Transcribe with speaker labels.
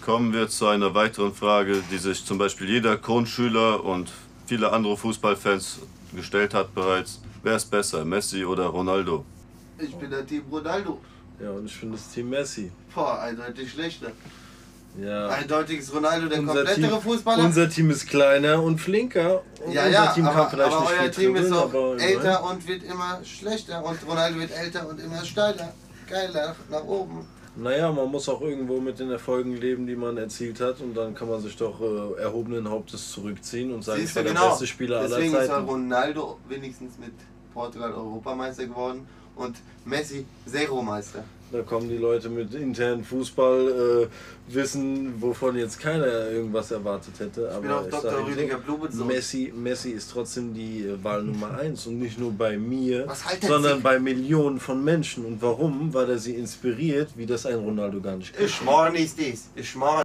Speaker 1: Kommen wir zu einer weiteren Frage, die sich zum Beispiel jeder Kronschüler und viele andere Fußballfans gestellt hat bereits. Wer ist besser, Messi oder Ronaldo?
Speaker 2: Ich bin der Team Ronaldo.
Speaker 3: Ja, und ich bin das Team Messi.
Speaker 2: Boah, eindeutig schlechter.
Speaker 3: Ja.
Speaker 2: Eindeutiges Ronaldo, der
Speaker 3: Unser
Speaker 2: komplettere
Speaker 3: Team-
Speaker 2: Fußballer.
Speaker 3: Unser Team ist kleiner und flinker. Und
Speaker 2: ja,
Speaker 3: unser
Speaker 2: ja,
Speaker 3: Team kann
Speaker 2: aber,
Speaker 3: vielleicht
Speaker 2: aber
Speaker 3: nicht
Speaker 2: euer
Speaker 3: viel
Speaker 2: Team ist
Speaker 3: dribbeln,
Speaker 2: auch
Speaker 3: aber ne?
Speaker 2: älter und wird immer schlechter. Und Ronaldo wird älter und immer steiler. Geiler, nach oben.
Speaker 3: Naja, man muss auch irgendwo mit den Erfolgen leben, die man erzielt hat. Und dann kann man sich doch äh, erhobenen Hauptes zurückziehen und sagen, ich
Speaker 2: Siehst
Speaker 3: war
Speaker 2: du,
Speaker 3: der
Speaker 2: genau.
Speaker 3: beste Spieler
Speaker 2: Deswegen
Speaker 3: aller
Speaker 2: ist ja
Speaker 3: Zeiten.
Speaker 2: Ronaldo wenigstens mit Portugal Europameister geworden und Messi Zero-Meister.
Speaker 3: Da kommen die Leute mit internen Fußball, äh, wissen, wovon jetzt keiner irgendwas erwartet hätte.
Speaker 2: Ich bin
Speaker 3: Aber
Speaker 2: auch
Speaker 3: ich
Speaker 2: Dr.
Speaker 3: sag
Speaker 2: Rüdiger
Speaker 3: Ihnen so,
Speaker 2: Blumensohn.
Speaker 3: Messi, Messi ist trotzdem die äh, Wahl Nummer eins und nicht nur bei mir,
Speaker 2: Was haltet
Speaker 3: sondern
Speaker 2: Sie?
Speaker 3: bei Millionen von Menschen. Und warum? Weil er sie inspiriert, wie das ein Ronaldo gar nicht kann.
Speaker 2: Ich schmoren ist dies. Ich schmoren.